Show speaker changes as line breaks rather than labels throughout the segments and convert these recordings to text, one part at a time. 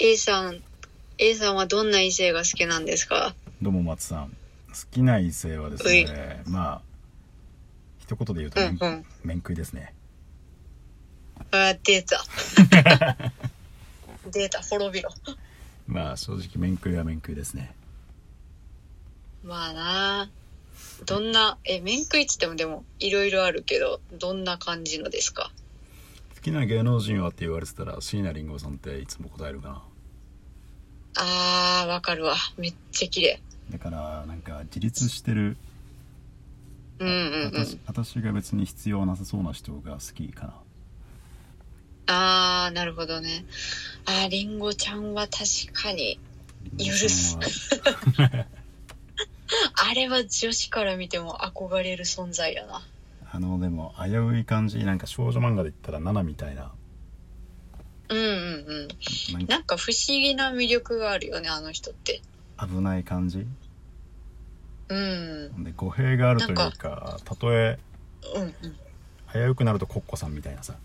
A さん、A さんはどんな異性が好きなんですか
どうも松さん好きな異性はですねまあ一言で言うと
う
面
んうん。
面食いですね
あ、出た。出た、滅びろ。
まあ正直面食いは面食いですね
まあなどんな、え、面食いっつってもでも、いろいろあるけど、どんな感じのですか
好きな芸能人はって言われてたら椎名林檎さんっていつも答えるかな
あー、わかるわ。めっちゃ綺麗。
だからなんか自立してる
うんうんう
私
ん。
私が別に必要なさそうな人が好きかな
あー、なるほどね。あー、りんごちゃんは確かに、許す
林檎さんは
あれは女子から見ても憧れる存在やな。
あのでも危うい感じなんか少女漫画で言ったらナナみたいな
うんうんうん。
なんか
なんか不思議な魅力があるよね、あの人って。
危ない感じ
うん。うん
で語弊があるという
な
か
ん
たとえ
うん。
危うくなるとコッコさんみたいなさ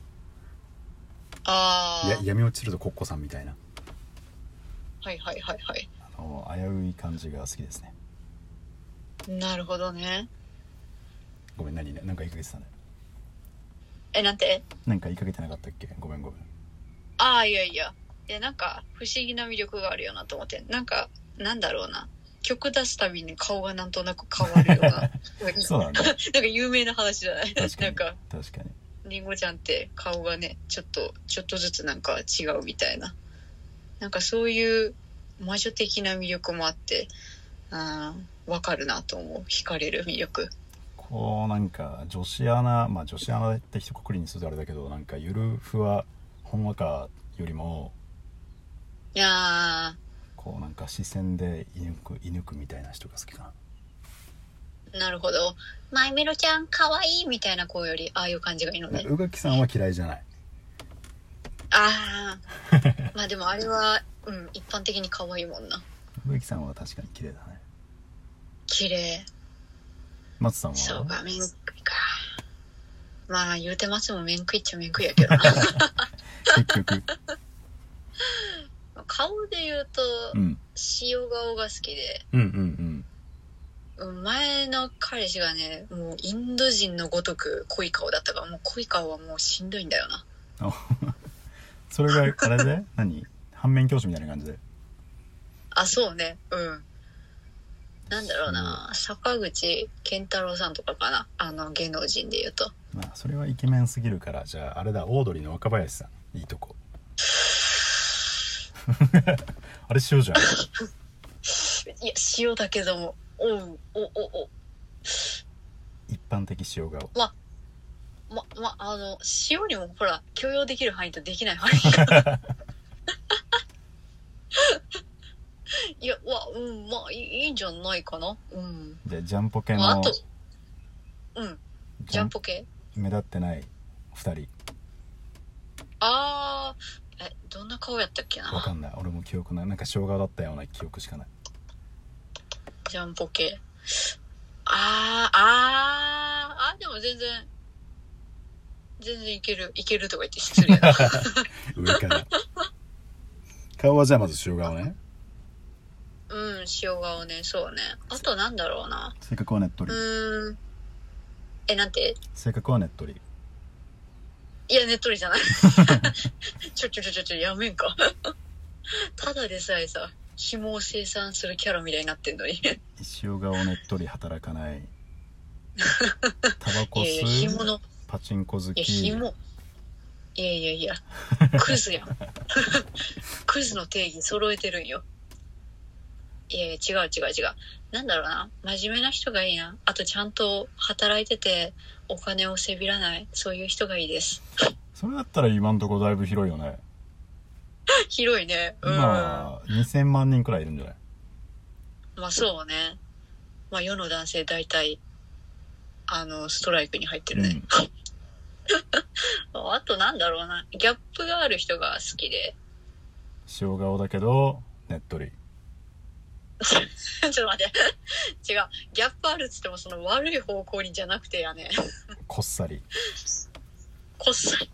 ああ。
や闇落ちるとコッコさんみたいな
はいはいはいはい。
あの危うい感じが好きですね
なるほどね。
ごめん何なんか言いかけてたね
え、なんて
なんか言いかけてなかったっけごめ んごめん
ああ、いやいや。いや、なんか、不思議な魅力があるよなと思って。なんか、なんだろうな。曲出すたびに顔がなんとなく変わるような。
そうだね
なんか有名な話じゃない
確かに
なんか、
確かに
りんごちゃんって顔がね、ちょっと、ちょっとずつなんか違うみたいな。なんかそういう魔女的な魅力もあって、あーわかるなと思う。惹かれる魅力。
こうなんか女子アナまあ女子アナって一括りにするとあれだけどなんかゆるふわほんわかよりも
いや
こうなんか視線で射抜く射抜くみたいな人が好きかな
ー、なるほど。マイメロちゃんかわいいみたいな子より、ああいう感じがいいのね。
宇垣さんは嫌いじゃない
ああ。まあでもあれは、うん、一般的に可愛いもんな。
宇垣さんは確かに綺麗だね
綺麗。
松さんは
そうか、面食いか。まあ言うてますもん、面食いっちゃ面食いやけどな。
結局
顔で言うと、
うん
塩顔が好きで、
うんうん
うん前の彼氏がね、もうインド人のごとく濃い顔だったから、もう濃い顔はもうしんどいんだよな。
うんあそれがあれで何反面教師みたいな感じで
あ、そうね、うん。なんだろうな、坂口健太郎さんとかかな、あの芸能人で言うと。
まあそれはイケメンすぎるからじゃああれだオードリーの若林さんいいとこ あれ塩じゃん
いや、塩だけども、おう、お、お、お、
一般的塩顔
ま、ま、あの、塩にもほら、許容できる範囲とできない範 囲が。いや、わ、うん、まあ、いいいいんじゃないかな。うん。
じゃあジャンポ系
まあ、あ
の
と、うん、ジャンポ系
目立ってない二人
あー、え、どんな顔やったっけ
わか
な。
んない俺も記憶ないなんか塩顔だったような記憶しかない
ジャンポ系。あー、あー、あ、でも全然、全然いける、いけるとか言って失礼な。
上から顔はじゃあまず塩顔ね
うん、塩顔ね、そうね。あとなんだろうな。
性格はねっと
う
り
ーん。え、なんて
性格はねっとり
いや、ねっとりじゃない。ちょちょちょちょちょ、やめんか。ただでさえさ、紐を生産するキャラみたいになってんのに。
塩顔ねっとり働 かないタバ
い
コ
やいや、
吸
紐
う
の、
パチンコ好
いや、
き
紐。いやいやい や、クズやん。 クズの定義揃えてるんよ。いやいや、違う違う違う。なんだろうな。真面目な人がいいな。あと、ちゃんと働いてて、お金をせびらない。そういう人がいいです。
それだったら今んとこだいぶ広いよね
広いね。うん。
今2000万人くらいいるんじゃない
まあそうね。まあ世の男性大体、あの、ストライクに入ってるね。 あとなんだろうな。ギャップがある人が好きで。
塩顔だけどねっとり
ちょっと待って。違 う。ギャップあるっつってもその悪い方向にじゃなくてやね。
こっさり
こっそり。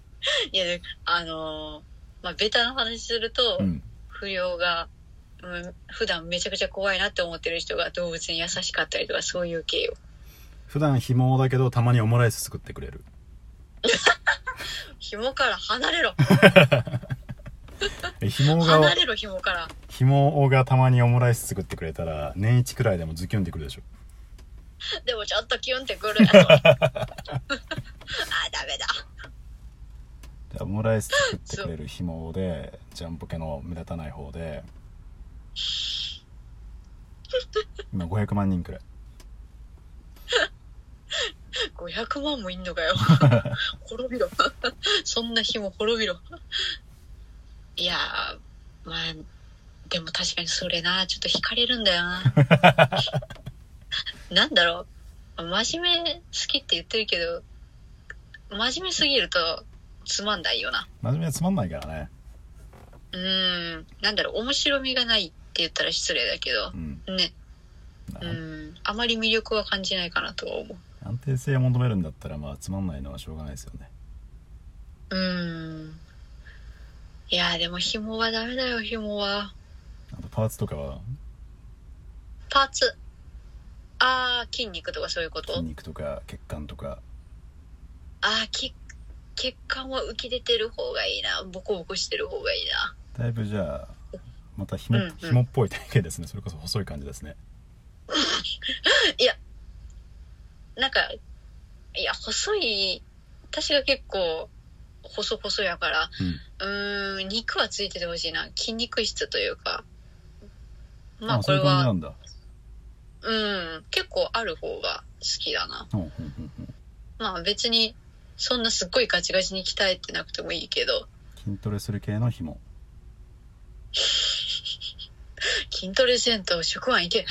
いや、であのーまあベタな話すると、
うん
不良が、うん、普段めちゃくちゃ怖いなって思ってる人が動物に優しかったりとかそういう系よ
普段ひもだけどたまにオムライス作ってくれる
紐から離れろ
えひもが
離れろ紐から
ひもがたまにオムライス作ってくれたら年一くらいでもズキュンってくるでしょ
でもちょっとキュンってく るやろあーダメだ
でオムライス作ってくれるひもでジャンポケの目立たない方で今500万人くらい
500万もいんのかよ滅びろそんな日も滅びろいやーまあでも確かにそれなちょっと惹かれるんだよななんだろう真面目好きって言ってるけど真面目すぎるとつまんないよな
真面目はつまんないからね
うーんなんだろう面白みがないって言ったら失礼だけど
うん
ねうんあまり魅力は感じないかなとは思う
安定性を求めるんだったらまあつまんないのはしょうがないですよね
うーん。いやーでも紐はダメだよ、紐は。
あとパーツとかは
パーツ。あー、筋肉とかそういうこと
筋肉とか血管とか
あー、き血管は浮き出てる方がいいな。ボコボコしてる方がいいな。
だいぶじゃあまたひも,、
うんうん
紐っぽい体型ですねそれこそ細い感じですね
なんか、いや、細い、私が結構、細細やから、うーん、肉はついててほしいな。筋肉質というか。
うん
まあ、これ
そういう感じな
は、
んだ
うん、結構ある方が好きだな。
うんうんうんうん
まあ別にそんなすっごいガチガチに鍛えてなくてもいいけど
筋トレする系の紐
筋トレせんと食腕い け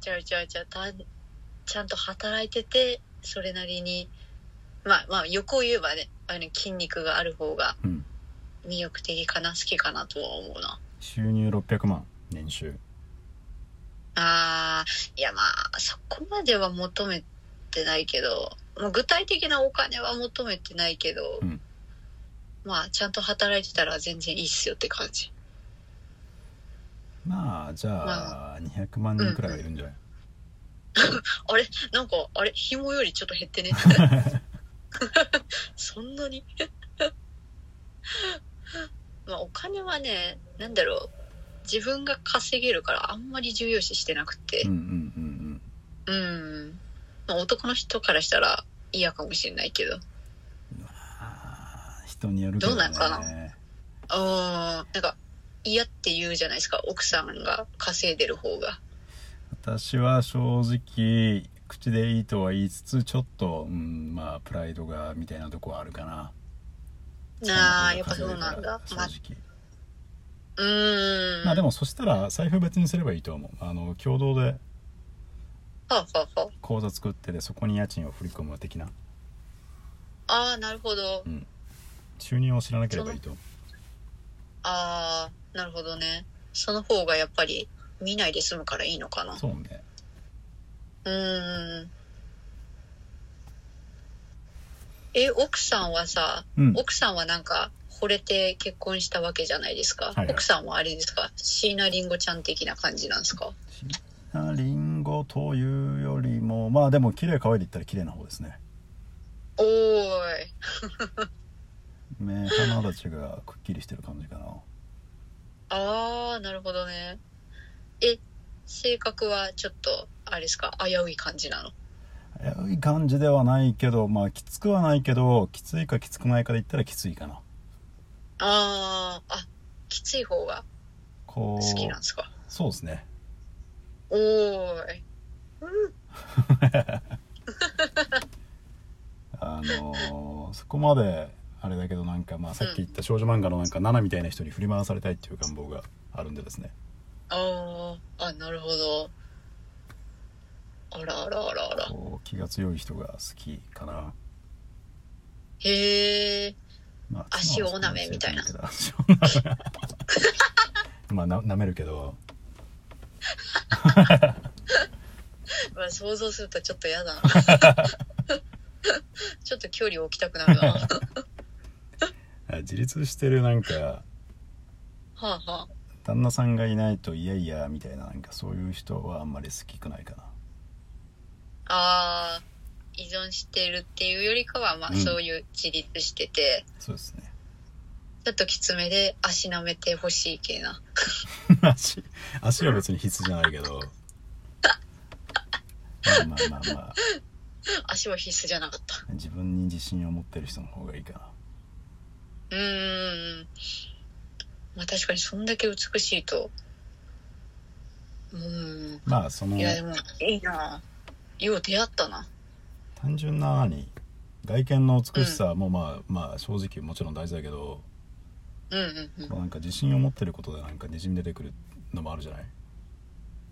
ちゃうちゃうちゃうたちゃんと働いててそれなりにまあまあ横を言えばねあの筋肉がある方が
うん
魅力的かな好きかなとは思うな
収入600万年収
あーいやまあそこまでは求めてないけど、まあ、具体的なお金は求めてないけど、
うん
まあちゃんと働いてたら全然いいっすよって感じ
まあじゃあ200万人くらいはいるんじゃない、
あれなんかあれ紐よりちょっと減っ てねそんなに まあお金はねなんだろう自分が稼げるからあんまり重要視してなくて
うん、うんうん
うん、まあ、男の人からしたら嫌かもしれないけど
あー人によるけど、ね、
どうなんかあーなんか嫌って言うじゃないですか奥さんが稼いでる方が
私は正直口でいいとは言いつつちょっと、うん、まあプライドがみたいなとこはあるかな
ああやっぱそうなんだ
正
ま
直
あ、うーん
まあでもそしたら財布別にすればいいと思うあの共同で
はあはあは
口座作ってでそこに家賃を振り込む的な
ああーなるほど
収入を知らなければいいと思
ああなるほどねその方がやっぱり見ないで済むからいいのかな
うそうね
うーんえ奥さんはさ
うん
奥さんはなんか惚れて結婚したわけじゃないですか、
いはい
奥さんはあれですか椎名林檎ちゃん的な感じなんですか
リンゴというよりもまあでも綺麗可愛いで言ったら綺麗な方ですね
おーい
目鼻立ちがくっきりしてる感じかな
ああなるほどねえ性格はちょっとあれですか危うい感じなの
いい感じではないけどまあきつくはないけどきついかきつくないかで言ったらきついかな
あーあきつい方が
こ
好
う
きなんですか
そうですね
おーい
あのーそこまであれだけどなんかまあさっき言った少女漫画のなんかナナみたいな人に振り回されたいっていう願望があるんでですね
あーあなるほどあらあらあらあら
こう気が強い人が好きかな、
へえ
まあ、
足をおなめみたいな
妻はそんなに強くないけど足をおなめ まあな舐めるけど
想像するとちょっと嫌だな ちょっと距離を置きたくなるな
あ自立してるなんか
はあはあ
旦那さんがいないといやいやみたいななんかそういう人はあんまり好きくないかな
あー依存してるっていうよりかは、まあ、
うん
そういう自立してて、
そうですね
ちょっときつめで足舐めてほしい系な。
足足は別に必須じゃないけどまあまあまあまあ
足は必須じゃなかった。
自分に自信を持ってる人の方がいいかな
うーん。まあ確かにそんだけ美しいと。うーん。
まあその
いやでも、いいなよう出会ったな。
単純な何外見の美しさもまあまあ正直もちろん大事だけど、
うんうんうん。
まあなんか自信を持ってることでなんかにじみ出てくるのもあるじゃない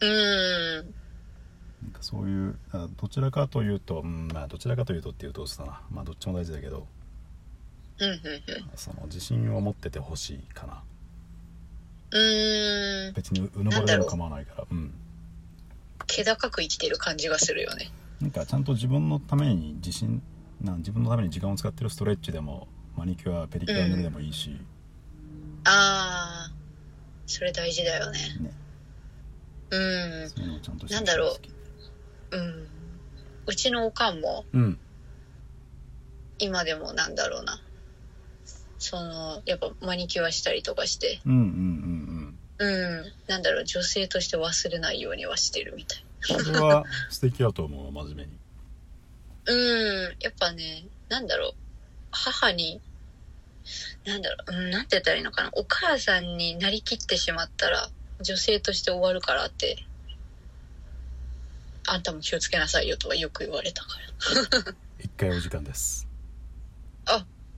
う
ーん。
なんかそういうあどちらかというと、うん、まあどちらかというとっていうとそうだなまあどっちも大事だけど
うんうんうん。
その自信を持っててほしいかな
うーん。
別にうぬぼれでも構わないからうん
気高く生きてる感じがするよね。
なんかちゃんと自分のために自信なん自分のために時間を使ってるストレッチでもマニキュアペディキュア塗るでもいいし、
ああ。それ大事だよね。
ね
うん。
そういうのをちゃんとして
なんだろうん、うちのおかんも
ううん
今でもなんだろうなそのやっぱマニキュアしたりとかして
うんうんうん
うんなんだろう女性として忘れないようにはしてるみたい
うんそれは素敵だと思う真面目に
うんやっぱねなんだろう母になんだろう、うん、なんて言ったらいいのかなお母さんになりきってしまったら女性として終わるからってあんたも気をつけなさいよとはよく言われたから
一回お時間です
あ